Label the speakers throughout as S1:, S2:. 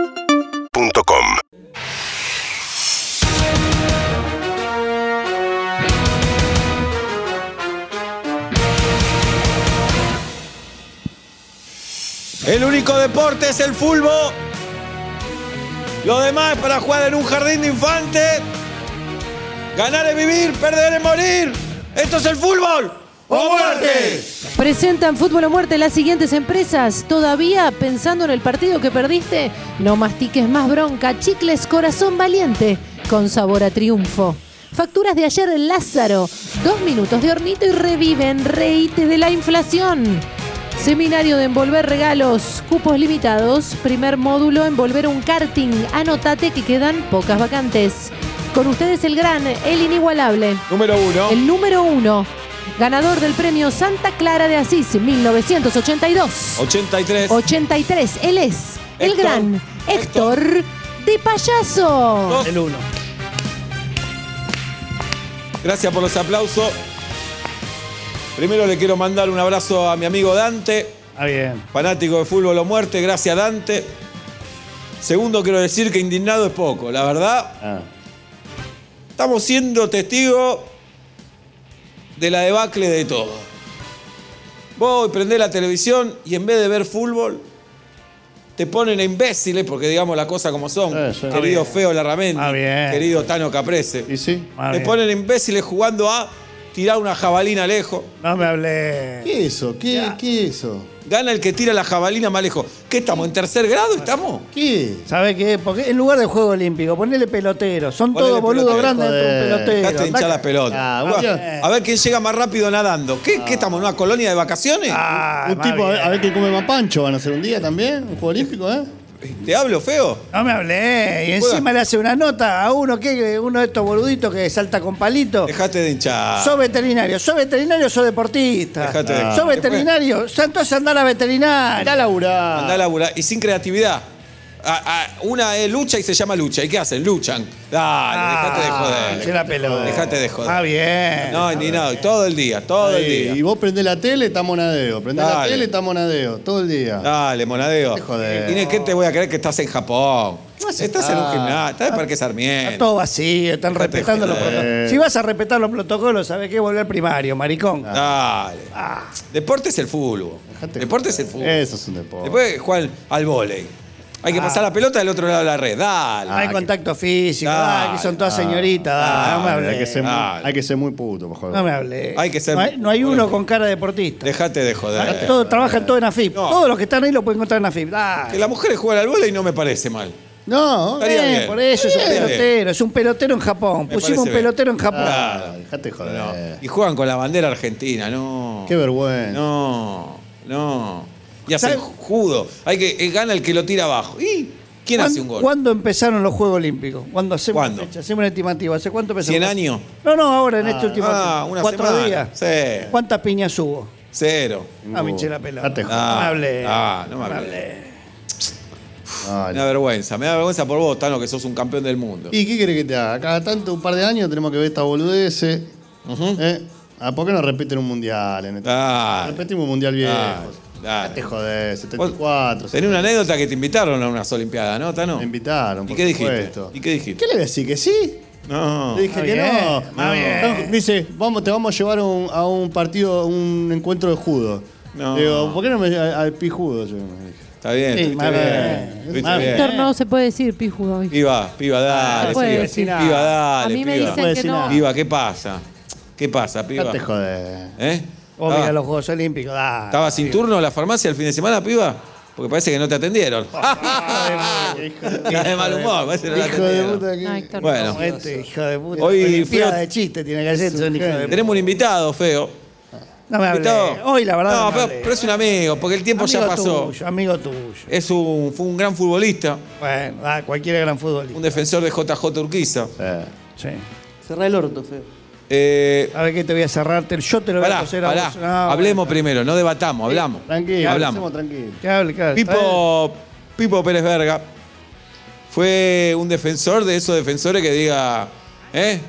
S1: UrbanaPlayFM.com
S2: El único deporte es el fulbo. Lo demás es para jugar en un jardín de infante. Ganar es vivir, perder es morir. Esto es el fútbol. ¡O muerte!
S3: Presentan Fútbol a Muerte las siguientes empresas. Todavía pensando en el partido que perdiste, no mastiques más bronca. Chicles Corazón Valiente, con sabor a triunfo. Facturas de ayer Lázaro, dos minutos de hornito y reviven, reíte de la inflación. Seminario de envolver regalos, cupos limitados, primer módulo envolver un karting. Anotate que quedan pocas vacantes. Con ustedes el gran, el inigualable.
S2: Número uno.
S3: El número uno, ganador del premio Santa Clara de Asís 1982.
S2: 83.
S3: 83, él es el
S2: Héctor.
S3: gran Héctor, de Payaso.
S2: Dos.
S4: El 1.
S2: Gracias por los aplausos. Primero le quiero mandar un abrazo a mi amigo Dante,
S4: Ah, bien.
S2: fanático de fútbol o muerte. Gracias, Dante. Segundo, quiero decir que indignado es poco. La verdad,
S4: Ah.
S2: Estamos siendo testigos de la debacle de todo. Vos hoy prendés la televisión y en vez de ver fútbol, te ponen a imbéciles, porque digamos las cosas como son.
S4: Eh, sí. Ah,
S2: Querido
S4: bien.
S2: Feo Larramendi,
S4: Ah, bien.
S2: querido Tano Caprese.
S5: ¿Y sí?
S4: Ah,
S2: te
S4: bien.
S2: ponen a imbéciles jugando a tirar una jabalina lejos.
S4: No me hablé.
S5: ¿Qué es eso? ¿Qué,
S4: Ya.
S5: ¿Qué es eso?
S2: Gana el que tira la jabalina más lejos. ¿Qué estamos? ¿En tercer grado estamos?
S5: ¿Qué?
S6: ¿Sabe qué? Porque en lugar de juego olímpico, ponele pelotero. Son
S2: Ponele
S6: todos boludos
S2: pelotero,
S6: grandes dentro de un
S5: joder.
S6: pelotero.
S2: Dejaste de hinchar
S6: Andá-
S2: las pelotas.
S5: Ah, un día-
S2: a ver quién llega más rápido nadando. ¿Qué, qué estamos? ¿En una colonia de vacaciones?
S4: Ah,
S5: un
S4: más
S5: tipo, a ver,
S4: bien.
S5: a ver qué come más pancho van a hacer un día también, un juego olímpico, ¿eh?
S2: ¿Te hablo, Feo?
S4: No me hablé.
S6: Y encima le hace una nota a uno que uno de estos boluditos que salta con palito.
S2: Dejate de hinchar.
S6: Sos veterinario, sos veterinario, sos deportista.
S2: Dejate de-
S6: Sos veterinario, so- entonces andá a la
S5: Andá
S6: veterinaria.
S5: a laburar.
S2: Andá a laburar. Y sin creatividad. A- a- una es lucha y se llama lucha. ¿Y qué hacen? Luchan. Dale,
S6: Ah,
S2: dejate de joder.
S4: Se la pelota.
S2: Dejate de joder.
S4: Ah, bien.
S2: No, ni nada. Todo el día, todo el
S5: Ahí, Y
S2: día.
S5: vos prendés la tele, está monadeo. Prendés la
S2: Dale.
S5: tele, está monadeo. Todo el día.
S2: Dale, monadeo.
S5: Dejate de joder.
S2: Inés, ¿qué te voy a creer que estás en Japón?
S5: haces
S2: Estás en un
S5: nada.
S2: gimnasio, estás en Parque
S6: Está
S2: Sarmiento.
S6: todo vacío,
S2: Dejate
S6: están
S2: de
S6: respetando los
S2: joder.
S6: protocolos. Si vas a respetar los protocolos, sabés qué? volver primario, maricón.
S2: Ah, Dale. Deporte es el fútbol.
S5: Ah. Dejate de
S2: Deporte es
S5: joder.
S2: el fútbol.
S5: Eso es un deporte. Ah.
S2: Después juegan al vóley. Hay que pasar la pelota del otro lado de la red. Dale.
S6: No hay contacto físico,
S2: Dale.
S6: ah, que son todas señoritas. ah, no me
S5: hay, que
S6: hablé.
S5: ser muy,
S2: Dale.
S5: hay que ser muy puto, por favor.
S6: No me hablé.
S2: Hay que ser-
S6: no, hay, no hay uno con cara de deportista.
S2: Dejate de
S6: Ah,
S2: joder.
S6: todo- trabajan todo en AFIP.
S2: No.
S6: Todos los que están ahí lo pueden encontrar en AFIP. Dale.
S2: Que las mujeres juegan al vóley no me parece mal.
S5: No,
S2: Estaría
S5: eh,
S6: Eh,
S2: bien.
S6: por eso es un
S2: Bien.
S6: pelotero. Es un pelotero en Japón.
S2: Me
S6: Pusimos
S2: parece
S6: un
S2: bien. Ah,
S6: pelotero en Japón.
S2: Claro.
S5: dejate de joder.
S2: No. Y juegan con la bandera argentina, no.
S5: Qué vergüenza.
S2: No, no. Y hacen
S6: ¿Sabe?
S2: judo. Hay que eh, gana el que lo tira abajo. ¿Y quién hace un
S6: ¿Cuán-
S2: gol?
S6: ¿Cuándo empezaron los Juegos Olímpicos? ¿Cuándo hacemos
S2: ¿Cuándo?
S6: fecha? Hacemos una estimativa. ¿Hace cuánto empezaron?
S2: ¿Cien años?
S6: No, no, ahora en este último
S2: ah,
S6: tiempo.
S2: una
S6: ¿Cuatro
S2: semana.
S6: días?
S2: Sí.
S6: ¿Cuántas piñas hubo?
S2: Cero.
S6: Ah, me hinché la pelota.
S5: Date joder.
S2: Ah,
S6: No me hablé.
S2: ah, no me hablé. Me da
S5: Dale.
S2: vergüenza. Me da vergüenza por vos, Tano, que sos un campeón del mundo.
S5: ¿Y qué querés que te haga? Cada tanto, un par de años, tenemos que ver esta boludez. ¿eh? ¿Eh? Ah, ¿Por qué no repiten un mundial? En este-
S2: Dale,
S5: Repetimos un mundial viejo.
S2: dale, dale.
S5: Te jodés,
S2: Vos
S5: 74.
S2: Tenés una anécdota que te invitaron a unas Olimpiadas, ¿no, Tano?
S5: Me invitaron,
S2: ¿Y
S5: por
S2: qué dijiste?
S5: supuesto.
S2: ¿Y qué dijiste?
S5: ¿Qué le decís? ¿Que sí?
S2: No.
S5: Le dije
S4: Ah,
S5: que
S4: bien,
S5: no.
S4: ah,
S5: No.
S4: bien.
S5: Dice, vamos, te vamos a llevar a un, a un partido, a un encuentro de judo.
S2: No.
S5: Digo, ¿por qué no me a- al pijudo? Yo me dije.
S2: Está bien,
S6: Sí,
S2: estuviste
S6: más
S2: bien.
S6: bien.
S2: estuviste
S5: Más
S2: bien.
S3: Héctor no se puede decir pijudo hoy.
S2: Piba, piba, dale.
S3: No puede
S2: piba,
S3: decir
S2: piba,
S5: nada.
S3: a
S2: dale.
S3: mí me
S2: piba.
S3: dicen que
S5: decir
S3: no.
S5: nada.
S2: Piba, ¿qué pasa? ¿Qué pasa, piba?
S5: Date joder.
S2: ¿Eh?
S6: Oh, mira
S2: Estaba-
S6: los Juegos Olímpicos. Dale.
S2: ¿Estaba sin turno en la farmacia el fin de semana, piba? Porque parece que no te atendieron. Está de mal humor, parece que no la
S5: Hijo de
S2: atendieron.
S5: puta que.
S3: No, Héctor,
S2: Bueno,
S6: Como Este hijo de puta.
S2: Hoy
S6: Olimpiada
S2: fui-
S6: de chiste tiene que hacer. son hijos de puta.
S2: Tenemos un invitado, feo.
S6: No me hablé.
S2: Invitado.
S6: Hoy, la verdad.
S2: No,
S6: No, me
S2: pero,
S6: hablé.
S2: pero es un amigo, porque el tiempo ya
S6: Amigo
S2: pasó.
S6: Tuyo, amigo tuyo.
S2: Es un, fue un gran futbolista,
S6: Bueno, da, cualquier gran
S2: un
S6: futbolista.
S2: defensor de JJ Urquiza.
S5: Eh,
S6: Sí.
S4: Cerrá el orto, feo.
S2: Eh,
S6: A ver qué te voy a cerrar. te- Yo te lo voy a
S2: pará,
S6: coser a
S2: pará.
S6: vos. No,
S2: hablemos primero, no debatamos, hablamos.
S5: Tranquilo,
S2: hablamos.
S5: hacemos tranquilo.
S6: Que hable, que hable.
S2: Pipo, Pipo Pérez Verga fue un defensor de esos defensores que diga, ¿eh?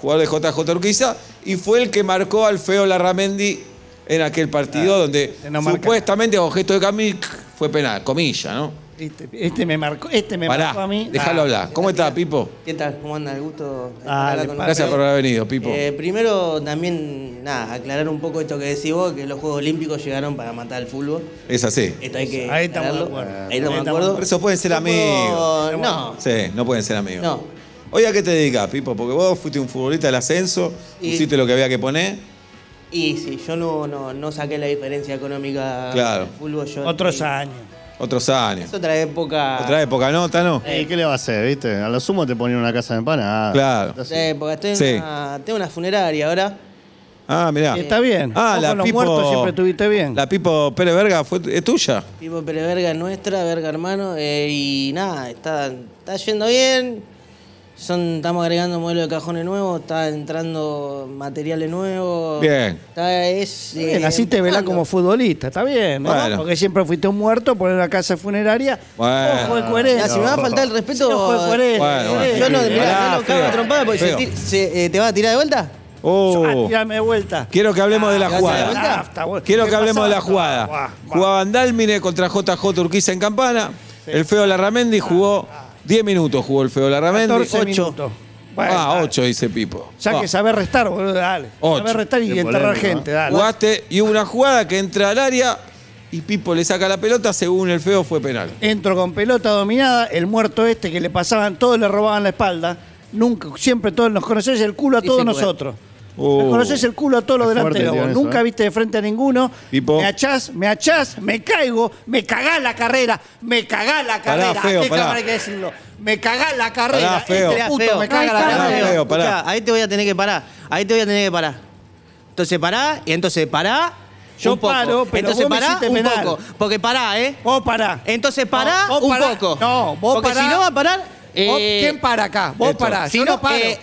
S2: Jugador de JJ Urquiza y fue el que marcó al feo Larramendi en aquel partido donde
S6: Ah, no marca.
S2: supuestamente con gesto de cami- Fue penal, comilla, ¿no?
S6: Este, este me marcó, este me marcó
S2: Pará,
S6: a mí.
S2: déjalo hablar. ¿Cómo está, Pipo?
S1: ¿Qué tal? ¿Cómo anda? El gusto. de
S6: Ah,
S1: hablar
S6: le
S1: con
S6: pasa.
S2: Gracias
S1: ustedes.
S2: por haber venido, Pipo.
S1: Eh, primero, también, nada, aclarar un poco esto que decís vos, que los Juegos Olímpicos llegaron para matar al fútbol.
S2: Es así.
S1: Esto hay que
S6: Ahí estamos de
S1: aclararlo.
S6: acuerdo.
S1: Ahí
S6: Ahí
S1: estamos de
S6: estamos.
S1: acuerdo.
S2: Por eso pueden ser
S1: No puedo-
S2: amigos.
S1: No.
S2: Sí, no pueden ser amigos.
S1: No.
S2: Oye, ¿a qué te dedicas, Pipo? Porque vos fuiste un futbolista del ascenso,
S1: Y-
S2: pusiste lo que había que poner.
S1: Y si yo no, no, no saqué la diferencia económica
S2: Claro.
S1: del fútbol, yo.
S6: Otros
S1: y-
S6: años.
S2: Otros años.
S1: Es otra época.
S2: Otra época, ¿no, Tano?
S4: Eh.
S5: ¿Y qué le va a hacer, viste? A lo sumo te ponían una casa de empanadas.
S2: Claro.
S5: Así.
S1: Otra época. Estoy en
S2: Sí.
S1: una- tengo una funeraria ahora.
S2: Ah, mirá.
S6: Está bien.
S2: Ah,
S6: Vos
S2: la
S6: con los
S2: Pipo.
S6: muertos siempre estuviste bien.
S2: La Pipo Pérez Verga fue, es tuya.
S1: Tipo, pero verga es nuestra, verga hermano. eh, y nada, está, está yendo bien. Son, estamos agregando modelos de cajones nuevos, está entrando materiales nuevos.
S2: Bien.
S1: Está, es,
S6: Está bien,
S1: eh,
S6: así te velás
S1: empujando.
S6: como futbolista, está bien, ¿no?
S2: Bueno.
S6: Porque siempre fuiste un muerto, poner una casa funeraria.
S2: Bueno.
S6: Ojo de
S1: Mirá,
S6: coherencia.
S1: si me va a faltar el respeto.
S6: Ojo de coherencia.
S2: Bueno, bueno.
S1: Yo no, mirá,
S2: Pará,
S1: yo no cago
S2: feo,
S1: a trompada porque se
S2: feo.
S1: ti- se, eh, te va a tirar de vuelta.
S2: Oh.
S6: Ah, tirame de vuelta.
S2: Quiero que hablemos de la
S1: gracias,
S2: jugada.
S1: Dante.
S6: Nafta, vos.
S2: Quiero que
S6: ¿Qué
S2: hablemos de la
S6: pasó? Buah,
S2: jugada.
S6: buah.
S2: Jugaban Dálmine contra JJ Urquiza en Campana. El feo Larramendi jugó 10 minutos, jugó el feo Larramendi.
S6: 14 minutos. Bueno,
S2: Ah,
S6: dale.
S2: 8 dice Pipo.
S6: Ya
S2: Ah.
S6: que sabés restar, boludo, dale.
S2: Ocho.
S6: Sabés restar y
S5: Qué
S6: enterrar
S5: polémico,
S6: gente,
S5: ¿eh?
S6: dale.
S2: Jugaste y hubo una jugada que entra al área y Pipo le saca la pelota, según el feo fue penal.
S6: Entro con pelota dominada, el muerto este que le pasaban, todos le robaban la espalda. Nunca, siempre todos nos conocés el culo a
S1: Sí, pues.
S6: todos
S1: sí,
S6: nosotros.
S2: Oh.
S6: Nos conocés el culo a todos los
S5: Es fuerte,
S6: delanteros.
S5: tío,
S6: vos.
S5: eso,
S6: Nunca
S5: ¿eh?
S6: viste de frente a ninguno.
S2: Pipo.
S6: Me achás, me achás, me caigo, me cagá la carrera, me cagá
S2: Pará,
S6: la carrera.
S2: feo,
S6: Qué
S2: pará.
S6: cámara hay que decirlo. Me cagá la carrera.
S2: Pará, feo.
S6: Este puto me caga la
S3: Ay,
S1: Pará,
S6: carrera.
S2: Pará, feo, pará.
S1: Escuchá, ahí te voy a tener que parar. Ahí te voy a tener que parar. Entonces pará, y entonces pará.
S6: Yo
S1: un poco.
S6: paro, pero
S1: entonces
S6: vos me
S1: pará
S6: hiciste
S1: un
S6: penal.
S1: poco. Porque pará, ¿eh?
S6: Este- Vos pará.
S1: Entonces pará
S6: No, vos
S1: un
S6: pará.
S1: poco.
S6: No, vos
S1: Porque
S6: pará.
S1: si no va a parar.
S6: Vos-
S1: eh,
S6: ¿Quién para acá? Vos
S2: esto.
S6: pará.
S1: Si
S6: Yo
S1: no,
S6: no paro.
S1: eh,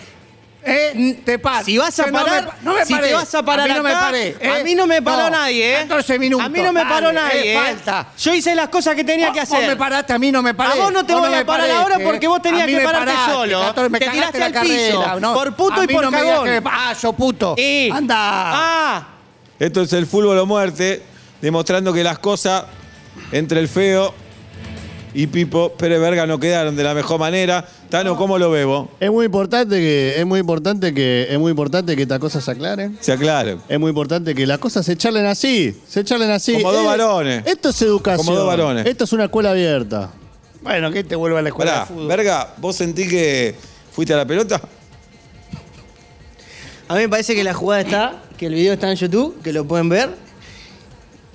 S6: Eh, te paro.
S1: Si vas a
S6: Que no me
S1: parar,
S6: pa- no me
S1: si te
S6: paré.
S1: vas a parar
S6: a mí no
S1: acá,
S6: me paré. eh.
S1: a mí no me paró
S6: No,
S1: nadie, ¿eh?
S6: 14 minutos.
S1: A mí no me paró
S6: Dale,
S1: nadie,
S6: eh,
S1: ¿eh?
S6: Falta.
S1: Yo hice las cosas que tenía que
S6: Vos-
S1: hacer.
S6: Vos me paraste, a mí no me paré.
S1: A vos no te
S6: Vos
S1: voy a parar
S6: paraste,
S1: ahora porque vos tenías
S6: A mí
S1: que
S6: me
S1: parate
S6: paraste,
S1: solo.
S6: Cator, me
S1: Te
S6: cagaste
S1: tiraste
S6: la
S1: al piso,
S6: carrera, ¿no?
S1: por puto
S6: A
S1: y
S6: mí
S1: por
S6: no me digas
S1: cagón.
S6: que me- Ah, yo puto.
S1: Y-
S6: Anda.
S1: Ah,
S2: Esto es el fútbol o muerte, demostrando que las cosas entre el feo y Pipo Pérez Verga no quedaron de la mejor manera. Tano, ¿cómo lo bebo?
S5: Es muy importante que, es muy importante que, es muy importante que estas cosas se aclaren.
S2: Se aclaren.
S5: Es muy importante que las cosas se charlen así, se charlen así.
S2: Como dos
S5: Eh,
S2: varones.
S5: Esto es educación.
S2: Como dos varones.
S5: Esto es una escuela abierta.
S6: Bueno, que te vuelva a la escuela de
S2: Pará,
S6: fútbol.
S2: Verga, ¿vos sentí que fuiste a la pelota?
S1: a mí me parece que la jugada está, que el video está en YouTube, que lo pueden ver.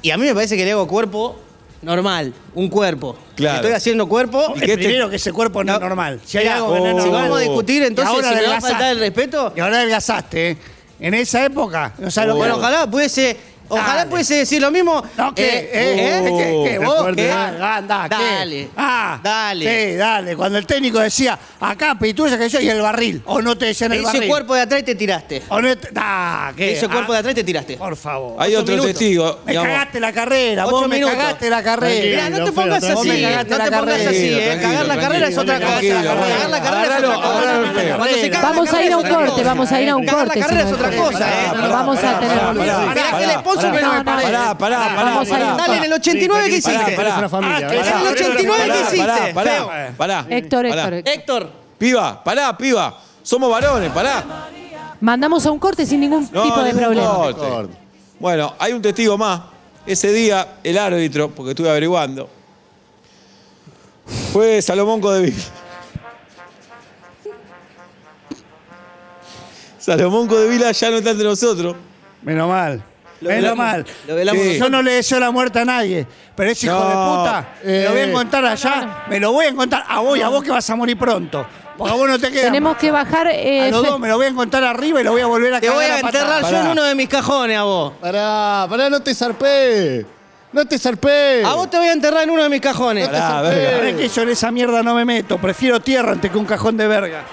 S1: Y a mí me parece que le hago cuerpo normal, un cuerpo.
S2: Claro.
S1: Estoy haciendo cuerpo.
S2: ¿Y
S6: Eh,
S2: que este-
S6: Primero que ese cuerpo no es
S1: No.
S6: normal. Si hay
S1: Mirá,
S6: algo que no es
S2: oh.
S1: Si
S6: normal.
S1: vamos a discutir, entonces,
S6: Y ahora
S1: si me va a
S6: adelgazaste.
S1: faltar el respeto.
S6: Y ahora adelgazaste, ¿eh? En esa época, no sabes lo que
S1: Bueno,
S6: era.
S1: ojalá pudiese. Ojalá
S6: Dale.
S1: pudiese decir lo mismo.
S6: No, ¿qué?
S1: Eh,
S6: ¿Eh?
S1: eh,
S6: ¿Qué? ¿Qué?
S1: eh,
S6: ¿Vos?
S1: fuerte,
S6: ¿Qué?
S1: eh.
S6: Ah, andá, ¿qué?
S1: Dale.
S6: Ah,
S1: Dale.
S6: Sí, dale. Cuando el técnico decía, acá pituya que yo y el barril. O no te decían el
S1: Ese
S6: barril.
S1: cuerpo de atrás y te tiraste.
S6: O no te- ah, ¿qué?
S1: Ese cuerpo
S6: Ah,
S1: de atrás y te tiraste.
S6: Por favor.
S2: Hay
S1: Ocho
S2: otro
S1: minutos.
S2: testigo.
S6: Me
S2: digamos.
S6: cagaste la carrera.
S1: Ocho
S6: Vos me
S1: minutos.
S6: cagaste la
S1: Mirá,
S6: carrera.
S1: no
S5: Tranquilo,
S1: te pongas
S5: feo,
S1: así,
S5: tranquilo.
S1: no te pongas así,
S2: Tranquilo,
S1: eh. Cagar la
S2: tranquilo,
S1: carrera es otra cosa.
S2: tranquilo,
S1: Cagar la carrera es
S2: tranquilo.
S1: otra
S2: Agarralo,
S1: cosa.
S2: agarralo el feo.
S1: Cuando se caga la
S3: Vamos a ir a
S1: carrera es
S3: un
S1: otra
S3: corte,
S1: cosa.
S3: vamos a ir a un
S1: Cagar
S3: corte.
S1: la carrera es otra
S3: señor.
S1: cosa, eh.
S3: Vamos a tener
S2: pará,
S3: un
S2: pará, pará,
S1: Mirá que el sponsor
S2: pará,
S1: no me parece.
S2: Pará, pará, pará.
S3: Vamos a ir.
S2: pará.
S1: Dale, en el 89 que
S2: Pará,
S1: hiciste.
S2: pará.
S5: Es una familia.
S6: Ah,
S5: ¿verdad?
S1: Es el 89 que
S2: Pará,
S1: hiciste.
S2: pará,
S1: feo.
S2: pará, pará.
S3: Héctor,
S2: Pará. Eh.
S3: Héctor, Héctor.
S1: Héctor,
S2: Piba, pará, piba. Somos varones, pará.
S3: Mandamos a un corte sin ningún
S2: No,
S3: tipo de
S2: ningún
S3: problema.
S2: corte.
S5: Corte.
S2: Bueno, hay un testigo más. Ese día, el árbitro, porque estuve averiguando, fue Salomón Codeville. Salomón Codevila ya no está entre nosotros.
S6: Menos mal. Menos
S1: velamos.
S6: mal.
S1: Lo velamos
S2: Sí.
S6: Yo no le deseo la muerte a nadie. Pero ese hijo
S2: No. Eh.
S6: de puta, me lo voy a encontrar allá. Me lo voy a encontrar a vos y a vos que vas a morir pronto. Porque a vos no te quedas.
S3: Tenemos que bajar. eh,
S6: A los
S3: fe-
S6: dos me lo voy a encontrar arriba y lo voy a volver a
S1: te
S6: cagar
S1: voy a
S6: a patadas.
S1: enterrar yo en
S2: Pará.
S1: uno de mis cajones a vos.
S5: Pará, pará, no te zarpé. No te zarpé.
S1: A vos te voy a enterrar en uno de mis cajones.
S2: Pará,
S6: La
S2: verga.
S6: verdad es que yo en esa mierda no me meto. Prefiero tierra antes que un cajón de verga.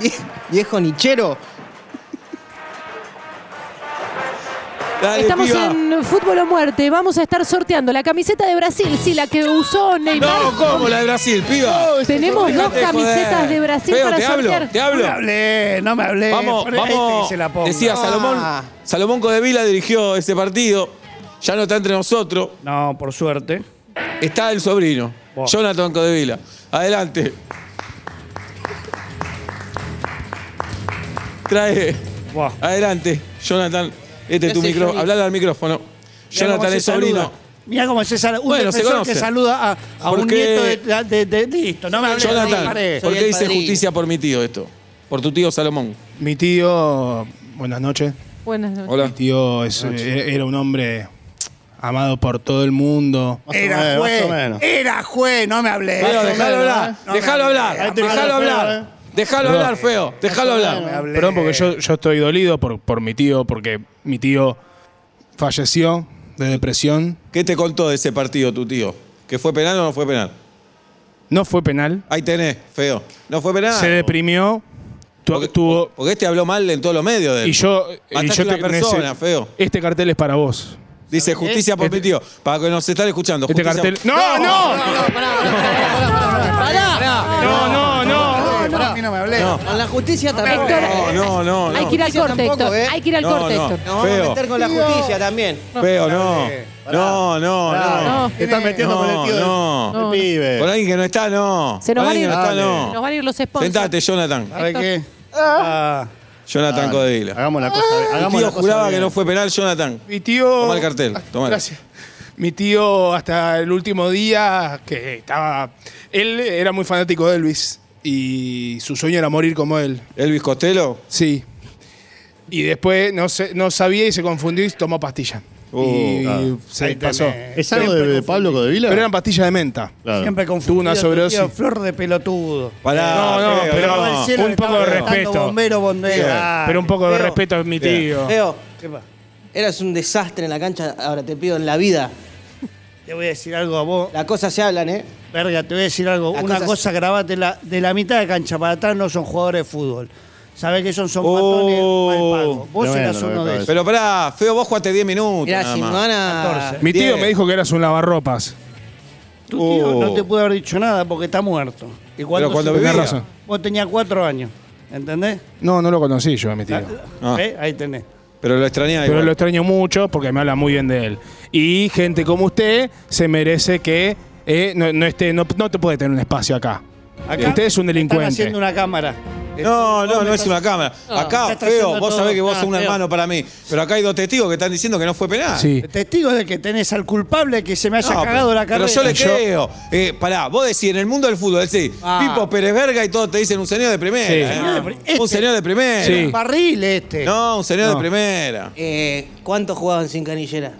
S1: Vie- Viejo nichero.
S2: Dale,
S3: Estamos
S2: piba.
S3: en Fútbol o Muerte. Vamos a estar sorteando la camiseta de Brasil, sí, la que usó Neymar.
S2: No, pues, ¿cómo la de Brasil, piba?
S3: Tenemos dos
S2: Dejate de joder.
S3: camisetas de Brasil
S2: Feo,
S3: para
S2: te hablo,
S3: sortear.
S2: te
S6: No me
S2: hablo.
S6: hablé, no me hablé.
S2: Vamos,
S6: Por este que
S2: vamos.
S6: se la ponga.
S2: Decía Salomón,
S1: Ah.
S2: Salomón Codevila dirigió ese partido. Ya no está entre nosotros.
S6: No, por suerte.
S2: Está el sobrino,
S6: Wow.
S2: Jonathan Codevila. Adelante. Trae.
S6: Wow.
S2: Adelante, Jonathan. Este es tu
S1: Ese
S2: micrófono.
S1: Johnny.
S2: Hablale al micrófono. Jonathan es sobrino.
S6: Mira cómo se saluda. Un
S2: Bueno, se
S6: defensor
S2: conoce.
S6: que saluda a, a un
S2: Porque-
S6: nieto de, de- de- de- Listo, no me hables de
S2: Jonathan,
S6: pared.
S2: ¿por
S1: Soy
S2: qué
S1: el
S2: dice
S1: padrino.
S2: justicia por mi tío esto? Por tu tío Salomón.
S7: Mi tío, buenas noches.
S3: Buenas noches.
S2: Hola.
S7: Mi tío es, eh, era un hombre amado por todo el mundo.
S5: Más o
S6: Era
S5: menos,
S2: Eh,
S5: más o
S6: juez.
S5: menos.
S6: Era juez, no me hablé.
S2: Feo,
S5: menos,
S2: déjalo hablar.
S6: No me
S2: Déjalo
S6: hables,
S2: hablar.
S6: amado.
S2: Déjalo
S5: Feo, eh.
S2: hablar. Déjalo hablar, feo. Déjalo hablar.
S7: Perdón, porque yo, yo estoy dolido por, por mi tío, porque mi tío falleció de depresión.
S2: ¿Qué te contó de ese partido tu tío? ¿Que fue penal o no fue penal?
S7: No fue penal.
S2: Ahí tenés, feo. No fue penal.
S7: se deprimió. tu-
S2: Porque,
S7: tuvo,
S2: porque este habló mal en todos los medios de él.
S7: y yo. y
S2: Mataste
S7: yo
S2: a una persona,
S7: nece-
S2: feo.
S7: Este cartel es para vos.
S2: Dice justicia por mi tío. Para que nos están escuchando.
S7: Este
S2: justicia-
S7: cartel. ¡No, no! No, no, no.
S6: No, a mí no me hablé.
S1: Con la justicia también.
S3: Héctor,
S2: No, no, no.
S3: Hay
S2: no.
S3: que ir al corte,
S1: tampoco,
S3: Héctor.
S1: ¿eh?
S3: Hay que ir al
S2: No,
S3: corte,
S2: no.
S3: Héctor.
S1: Nos vamos a
S2: Feo.
S1: meter con la justicia también.
S2: Feo, no. No, no, no.
S3: No.
S5: Te estás metiendo con el tío del-
S2: No,
S5: del
S3: no.
S5: pibe.
S2: Con alguien que no está, no.
S3: Se nos
S2: Con
S3: van a ir,
S2: alguien que no está,
S3: nos
S2: no.
S3: van a ir los sponsors.
S2: Sentate, Jonathan.
S6: ¿Sabe qué? Ah,
S2: Jonathan Codevila.
S5: Hagamos la
S7: Ah,
S5: cosa.
S2: El
S5: Hagamos la
S2: tío
S5: cosa
S2: juraba
S5: bien.
S2: que no fue penal, Jonathan.
S7: Mi tío. Ah,
S2: Tomá el cartel, tomá el-
S7: Gracias. Mi tío, hasta el último día que estaba. Él era muy fanático de Elvis y su sueño era morir como él.
S2: Elvis Costello.
S7: Sí. Y después no, se- no sabía y se confundió y tomó pastilla.
S2: Uh,
S7: y
S5: claro.
S7: se
S6: Ahí
S7: pasó.
S6: tenés.
S5: ¿Es algo de Pablo Codevila?
S7: Pero eran pastillas de menta.
S5: Claro.
S6: Siempre confundido.
S7: Ah. Tuvo una
S6: tu
S7: sobredosis.
S6: tío, Flor de pelotudo. Eh,
S2: Pará,
S7: No, no,
S2: feo,
S7: pero-
S6: Estaba en el cielo,
S7: un
S6: le
S7: poco
S6: estaba
S7: de
S6: cantando
S7: respeto.
S6: Bombero, bondero.
S2: Bien.
S6: Ah,
S7: Pero un poco de
S1: Feo.
S7: respeto a mi
S2: Bien.
S7: tío.
S1: Feo,
S6: ¿qué pasa?
S1: eras un desastre en la cancha, ahora te pido en la vida.
S6: Te voy a decir algo a vos.
S1: Las cosas se hablan, ¿eh?
S6: Verga, te voy a decir algo.
S1: Las
S6: Una
S1: cosas-
S6: cosa, grabatela. De la mitad de cancha para atrás no son jugadores de fútbol. Sabés que ellos son matones
S2: Oh.
S6: mal pagos. Vos
S5: Tremendo
S6: eras
S5: lo que
S6: uno de
S5: acaba
S6: ellos.
S5: de
S2: Pero pará, feo, vos jugaste 10 minutos.
S1: Mirá,
S2: nada
S1: si me
S2: más.
S1: van a.
S6: 14.
S7: Mi tío
S2: Bien.
S7: me dijo que eras un lavarropas.
S6: Tu tío
S2: Oh.
S6: no te puede haber dicho nada porque está muerto. Y
S2: Pero cuando
S6: se-
S2: vivía.
S7: Tenés razón.
S6: Vos tenías cuatro años. ¿Entendés?
S7: No, no lo conocí yo a mi tío.
S2: Ah.
S6: ¿Eh? Ahí tenés.
S2: Pero lo extrañaba
S7: Pero
S2: igual.
S7: lo extraño mucho porque me habla muy bien de él. Y gente como usted se merece que eh, no, no esté, no, no te puede tener un espacio acá.
S6: Acá
S7: usted es un
S6: Están
S7: delincuente.
S6: haciendo una cámara.
S2: No, no, no es una cámara. Acá,
S6: Estás haciendo
S2: feo, vos
S6: todo.
S2: sabés que vos
S6: Ah,
S2: sos un
S6: feo.
S2: hermano para mí. Pero acá hay dos testigos que están diciendo que no fue
S5: Ah,
S2: penal.
S7: Sí.
S6: Testigo de que tenés al culpable que se me haya
S2: No,
S6: cagado la
S2: pero
S6: carrera.
S2: yo le creo. Eh, pará, vos decís, en el mundo del fútbol, decís, Pipo Pérez Verga y todos te dicen un señor de primera.
S7: Sí.
S2: eh.
S6: Ah. Señor de pri- este-
S2: Un señor de primera.
S7: Sí.
S6: Un Barril este.
S2: No, un señor de
S7: No.
S2: primera.
S1: Eh, ¿Cuántos jugaban sin canillera?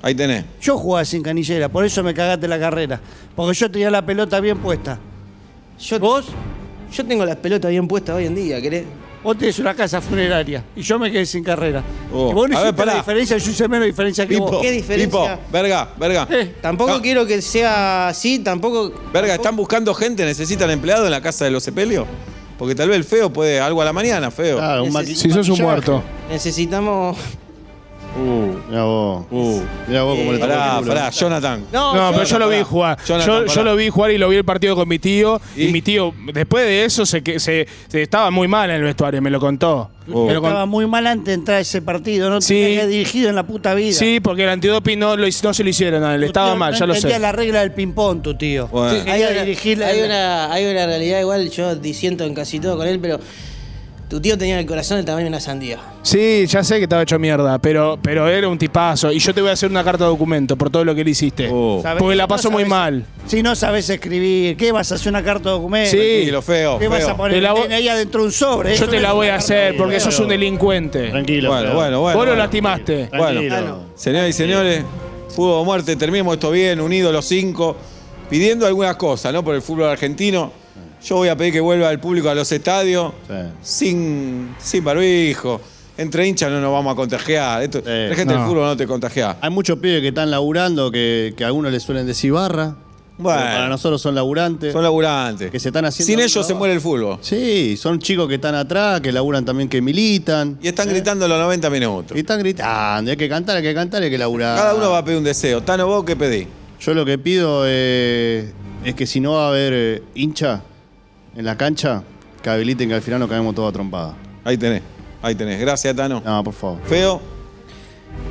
S2: Ahí tenés.
S6: Yo jugaba sin canillera, por eso me cagaste la carrera. Porque yo tenía la pelota bien puesta.
S1: Yo, ¿Vos? Yo tengo las pelotas bien puestas hoy en día, ¿querés?
S6: Vos tenés una casa funeraria y yo me quedé sin carrera.
S2: Oh.
S6: Y vos no
S2: A ver,
S6: hiciste
S2: pará.
S6: la diferencia, yo hice menos diferencia que
S2: Pipo,
S6: vos. Eh,
S1: ¿Qué diferencia?
S2: Pipo, verga, verga.
S1: Tampoco
S2: No.
S1: quiero que sea así, tampoco.
S2: Verga, ¿están buscando gente? ¿Necesitan empleado en la casa de los sepelios? Porque tal vez el feo puede algo a la mañana, feo.
S5: Claro, Ah, un maqui-
S7: Si sos un
S5: maquillaje.
S7: muerto.
S1: Necesitamos.
S2: Uh,
S5: Mirá vos.
S2: uh.
S5: Mirá vos cómo le tomó
S2: Pará,
S5: el culo.
S2: pará, Jonathan.
S1: No,
S7: No, pero
S2: Jonathan,
S7: yo lo vi
S2: pará.
S7: jugar.
S2: Jonathan,
S7: Yo,
S2: pará.
S7: yo lo vi jugar y lo vi el partido con mi tío. ¿Y?
S2: ¿Y?
S7: mi tío, después de eso, se, que- se, se estaba muy mal en el vestuario, me lo contó.
S2: Oh.
S7: Me lo
S6: Estaba
S7: contó.
S6: muy mal antes de entrar a ese partido, no te
S7: Sí.
S6: había dirigido en la puta vida.
S7: Sí, porque el antidoping no, lo, hiz- no se lo hicieron a él,
S6: Tu
S7: estaba
S6: tío
S7: mal,
S6: no
S7: ya lo sé.
S6: entendía la regla del ping-pong, tu tío.
S2: Bueno.
S6: Hay que dirigirla.
S1: hay una, hay una realidad igual, yo disiento en casi todo con él, pero tu tío tenía el corazón del tamaño de una sandía.
S7: Sí, ya sé que estaba hecho mierda, pero, pero era un tipazo. Y yo te voy a hacer una carta de documento por todo lo que le hiciste.
S2: Oh.
S6: ¿Sabés?
S7: Porque la
S6: No
S7: paso muy
S6: sabés-
S7: mal.
S6: Si no sabes escribir, ¿qué vas a hacer una carta de documento?
S7: Sí.
S2: Sí, lo feo,
S6: ¿Qué vas
S2: feo.
S6: a poner
S7: Te la vo-
S6: ahí adentro un sobre? Eso
S7: Yo te
S6: no
S7: la
S6: es
S7: voy
S6: una
S7: a
S6: carta de
S7: hacer porque
S6: documento.
S7: sos un delincuente.
S5: Tranquilo.
S2: Bueno,
S5: Feo.
S2: bueno, bueno.
S7: Vos lo
S2: bueno.
S7: lastimaste.
S5: Tranquilo.
S2: Bueno, señoras y señores, fútbol o muerte, terminemos esto bien, unidos los cinco, pidiendo algunas cosas, ¿no? Por el fútbol argentino. Yo voy a pedir que vuelva el público a los estadios
S5: Sí.
S2: sin, sin barbijo. Entre hinchas no nos vamos a contagiar. Esto, la gente del
S7: no.
S2: fútbol no te contagia.
S5: Hay muchos pibes que están laburando que, que a algunos les suelen decir barra.
S2: Bueno.
S5: Pero Para nosotros son laburantes.
S2: Son laburantes.
S5: Que se están haciendo
S2: sin
S5: un
S2: ellos se
S5: trabajo.
S2: muere el fútbol.
S5: Sí, son chicos que están atrás, que laburan también, que militan.
S2: Y están gritando los 90 minutos.
S5: Y Ah. están gritando, hay que cantar, hay que cantar, hay que laburar.
S2: Cada uno va a pedir un deseo. Tano, vos qué pedí.
S5: Yo lo que pido eh, es que si no va a haber eh, hincha en la cancha, que habiliten que al final nos caemos todos a trompada.
S2: Ahí tenés. Ahí tenés. Gracias, Tano.
S5: No, por favor.
S2: Feo.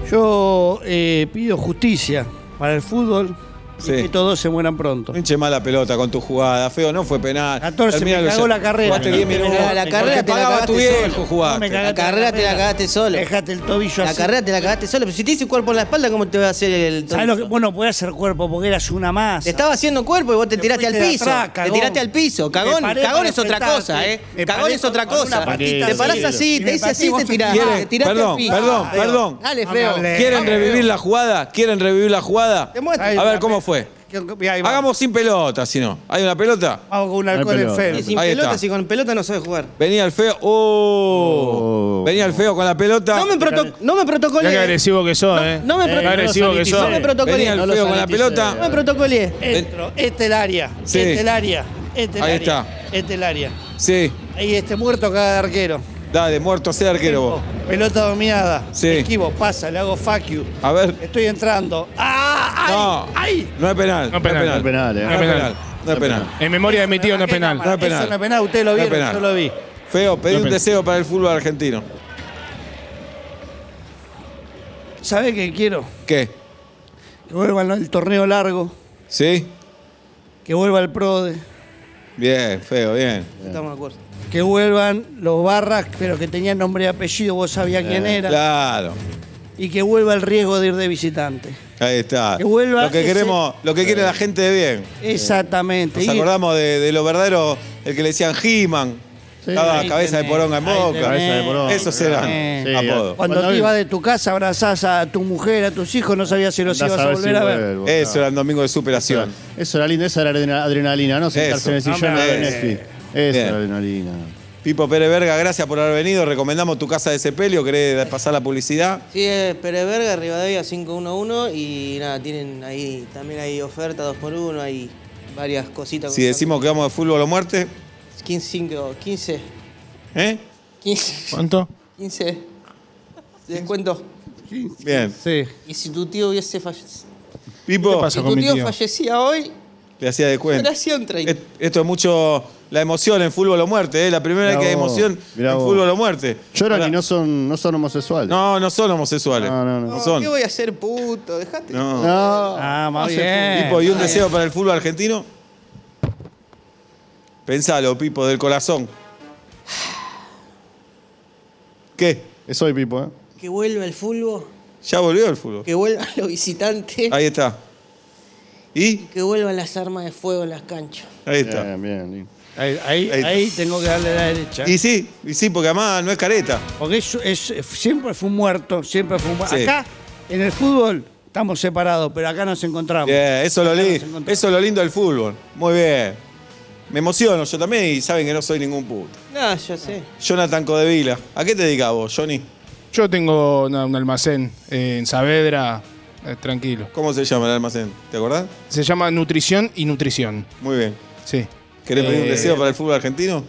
S6: Yo eh, pido justicia para el fútbol,
S2: Sí.
S6: Y que todos se mueran pronto.
S2: No hinche más la pelota con tu jugada, feo, no fue penal.
S6: 14,
S2: Terminalo
S6: me cagó
S2: ya.
S6: la carrera.
S2: Jugaste 10
S6: Me
S2: minutos.
S1: cagó la carrera,
S2: Te
S1: te la
S2: pagaba tu
S1: cagaste solo.
S2: viejo jugar.
S6: No me
S1: La carrera te la cagaste solo.
S6: Dejate el tobillo
S1: La
S6: así.
S1: carrera te la cagaste solo. Pero si te hice cuerpo en la espalda, ¿cómo te va a hacer el
S6: ¿Sabés lo que? Vos no podés hacer cuerpo porque eras una masa.
S1: Te estaba haciendo cuerpo y vos te, tiraste al
S6: fuiste de
S1: piso.
S6: atrás,
S1: te
S6: cagón.
S1: tiraste al piso.
S6: Me
S1: Cagón,
S6: paré
S1: cagón
S6: para
S1: es otra
S6: enfrentarte.
S1: cosa, ¿eh?
S6: Me
S1: Cagón
S6: paré
S1: es otra
S6: con- con una
S1: cosa.
S6: patita
S1: te
S5: así.
S1: parás
S6: Y
S1: así,
S6: me
S1: te hice
S6: pateé
S1: así,
S6: vos
S1: te tirás.
S2: ¿Quieren?
S1: Te tiraste
S2: Perdón,
S1: al piso.
S2: perdón,
S1: Dale,
S2: perdón.
S1: Dale,
S6: No
S1: feo.
S6: me hablé.
S2: ¿Quieren revivir la jugada? ¿Quieren revivir la jugada?
S1: Te muestro.
S2: A ver, ¿cómo fue?
S6: Ahí va.
S2: Hagamos sin pelota, si no. ¿Hay una pelota?
S6: Vamos con un
S5: hay
S6: alcohol
S5: pelota.
S1: Y
S6: enfermo.
S1: sin
S2: Ahí
S1: pelota,
S2: está.
S1: si con pelota no sabes jugar.
S2: Venía el feo. ¡Oh!
S5: Oh.
S2: Venía el feo con la pelota.
S1: No me, proto- no me protocolé.
S7: Mirá qué agresivo que sos, ¿eh?
S1: no me
S7: Qué
S1: pro- no
S7: agresivo que sos.
S1: No me protocolé.
S2: Venía el
S1: No
S2: feo con la pelota.
S1: me protocolé.
S6: Entro. Este es el área.
S2: Sí.
S6: Este es el área. Este es el
S2: Ahí
S6: área.
S2: está.
S6: Este es el área.
S2: Sí.
S6: Ahí este muerto cada arquero.
S2: Dale, muerto sea arquero vos.
S6: Oh, Pelota dominada.
S2: Sí.
S6: Esquivo, pasa, le hago fuck you.
S2: A ver.
S6: Estoy entrando. ¡Ah!
S2: No.
S6: ¡Ay!
S2: No es penal.
S7: No es penal.
S2: No es penal.
S5: No es
S2: No es
S7: penal.
S2: penal. No es penal.
S7: En memoria de mi tío no es penal.
S2: No es penal.
S6: Eso no es penal, ustedes lo
S2: No es
S6: vieron,
S2: penal.
S6: yo lo vi.
S2: Feo, pedí
S7: No es
S2: un
S7: penal.
S2: deseo para el fútbol argentino.
S6: ¿Sabés qué quiero?
S2: ¿Qué?
S6: Que vuelva el- el torneo largo,
S2: ¿Sí?
S6: que vuelva el PRODE,
S2: Bien, feo, bien.
S1: Estamos de acuerdo.
S6: que vuelvan los barras, pero que tenían nombre y apellido, vos sabías quién era,
S2: Eh, Claro.
S6: y que vuelva el riesgo de ir de visitante.
S2: Ahí está.
S6: Que vuelva
S2: lo que
S6: ese-
S2: queremos, lo que quiere la gente de bien.
S6: Exactamente.
S2: Nos
S6: Y-
S2: acordamos de, de lo verdadero, el que le decían He-Man. Estaba
S6: Ahí
S2: cabeza de
S6: tenés,
S2: poronga en
S6: ahí
S2: boca.
S5: Cabeza de poronga.
S2: Esos eran
S6: Sí.
S2: apodos.
S6: Cuando
S5: Cuando
S6: te
S5: vi-
S6: ibas de tu casa, abrazás a tu mujer, a tus hijos, no sabías si los
S5: Andá
S6: ibas a
S5: saber
S6: volver
S5: si
S6: a ver.
S5: vuelvo,
S2: Eso era el domingo de
S5: Eso
S2: superación.
S5: era- eso era lindo, esa era adrena- adrenalina, ¿no? Sentarse en el
S2: Eso.
S5: sillón
S2: No
S5: a
S2: me
S5: ver
S2: hables.
S5: Netflix. Esa
S2: Bien.
S5: era adrenalina.
S2: Pipo Pérez Verga, gracias por haber venido. Recomendamos tu casa de sepelio. ¿Querés da- pasar la publicidad?
S1: Sí, es Pereverga, Rivadavia 511 y nada, tienen ahí, también hay oferta 2x1, hay varias cositas.
S2: Si decimos que vamos de fútbol o muerte,
S1: 15, 5, 15,
S2: ¿eh?
S1: 15,
S7: ¿Cuánto?
S1: 15, descuento.
S2: Bien.
S6: Sí.
S1: Y si tu tío hubiese fallecido,
S2: Pipo,
S7: pasa?
S1: si
S7: con
S1: tu
S7: mi
S1: tío,
S7: tío?
S1: fallecía hoy,
S2: le hacía de cuenta.
S1: hubiera sido un 30.
S2: Et- Esto es mucho la emoción en fútbol o muerte, ¿eh? La primera
S5: Mirá
S2: vez que hay
S5: vos,
S2: emoción
S5: mirá
S2: en
S5: vos.
S2: fútbol o muerte.
S5: Lloran
S2: Ahora-
S5: y no son, no son homosexuales.
S2: No, no son homosexuales.
S5: No, no, no.
S2: No
S1: No,
S2: son.
S1: ¿Qué voy a hacer, puto? Dejate.
S2: No.
S5: No.
S6: Ah, más
S7: se
S6: bien.
S2: Pipo, ¿y un deseo para el fútbol argentino? Pensalo, Pipo, del corazón. ¿Qué?
S5: Es hoy, Pipo, ¿eh?
S1: Que vuelva el fútbol,
S2: ¿Ya volvió el fútbol?
S1: que vuelvan los visitantes,
S2: Ahí está. ¿Y?
S1: que vuelvan las armas de fuego en las canchas.
S2: Ahí está.
S5: Bien, bien, lindo.
S6: Ahí, ahí-
S2: Ahí.
S6: ahí tengo que darle a la derecha.
S2: Y sí, y sí, porque además no es careta.
S6: Porque eso es, siempre fue un muerto, siempre fue un muerto.
S2: Sí.
S6: Acá, en el fútbol, estamos separados, pero acá nos encontramos.
S2: Bien, eso es lo, li-
S6: nos encontramos.
S2: eso es lo lindo del fútbol. Muy bien. Me emociono yo también y saben que no soy ningún puto.
S1: No, yo sé.
S2: Jonathan Codevila, ¿a qué te dedicas vos, Johnny?
S7: Yo tengo una- un almacén eh, en Saavedra, eh, tranquilo.
S2: ¿Cómo se llama el almacén? ¿Te acordás?
S7: Se llama Nutrición y Nutrición.
S2: Muy bien.
S7: Sí.
S2: ¿Querés pedir un
S7: Eh,
S2: deseo para el fútbol argentino?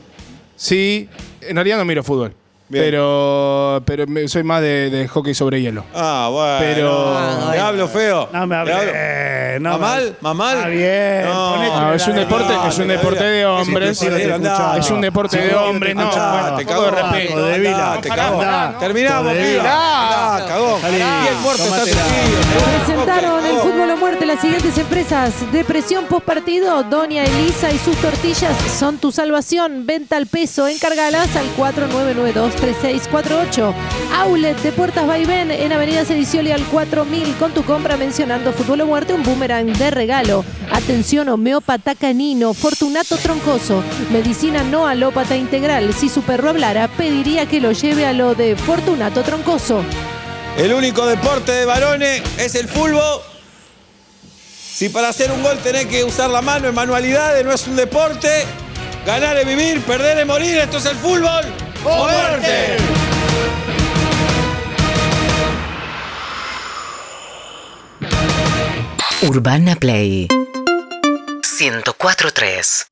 S7: Sí, en realidad no miro fútbol.
S2: Bien.
S7: Pero, pero me- soy más de, de hockey sobre hielo.
S2: Ah, bueno.
S7: Pero-
S2: Te hablo feo.
S6: No
S2: Te
S6: me
S2: hablo-
S6: hablé. No
S2: ¿Mamal? ¿Mamal?
S6: Está bien.
S2: No.
S6: ponete
S7: Ah, es un
S6: la-
S7: deporte,
S2: no,
S7: es un
S2: no,
S7: deporte
S2: no,
S7: de
S2: no, no,
S7: hombres.
S2: no, no,
S7: Es un deporte de hombres, no.
S2: Andá,
S7: bueno,
S2: te
S7: un poco
S2: cagó
S7: de respeto.
S2: de vida. Te cagó. Terminamos, piba. Andá, cagón. Bien muerto está tu tío.
S3: Presentaron el Fútbol o Muerte las siguientes empresas. Depresión postpartido, Doña Elisa y sus tortillas son tu salvación. Venta al peso, encargalas al 4992-3648. Outlet de Puertas Vaivén en Avenida Sedicioli al 4000 con tu compra mencionando Fútbol o Muerte, un boomerang de regalo. Atención, homeópata canino, Fortunato Troncoso, medicina no alópata integral. Si su perro hablara, pediría que lo lleve a lo de Fortunato Troncoso.
S2: El único deporte de varones es el fútbol. Si para hacer un gol tenés que usar la mano en manualidades, no es un deporte. Ganar es vivir, perder es morir, esto es el fútbol. ¡O muerte!
S8: Urbana Play 104.3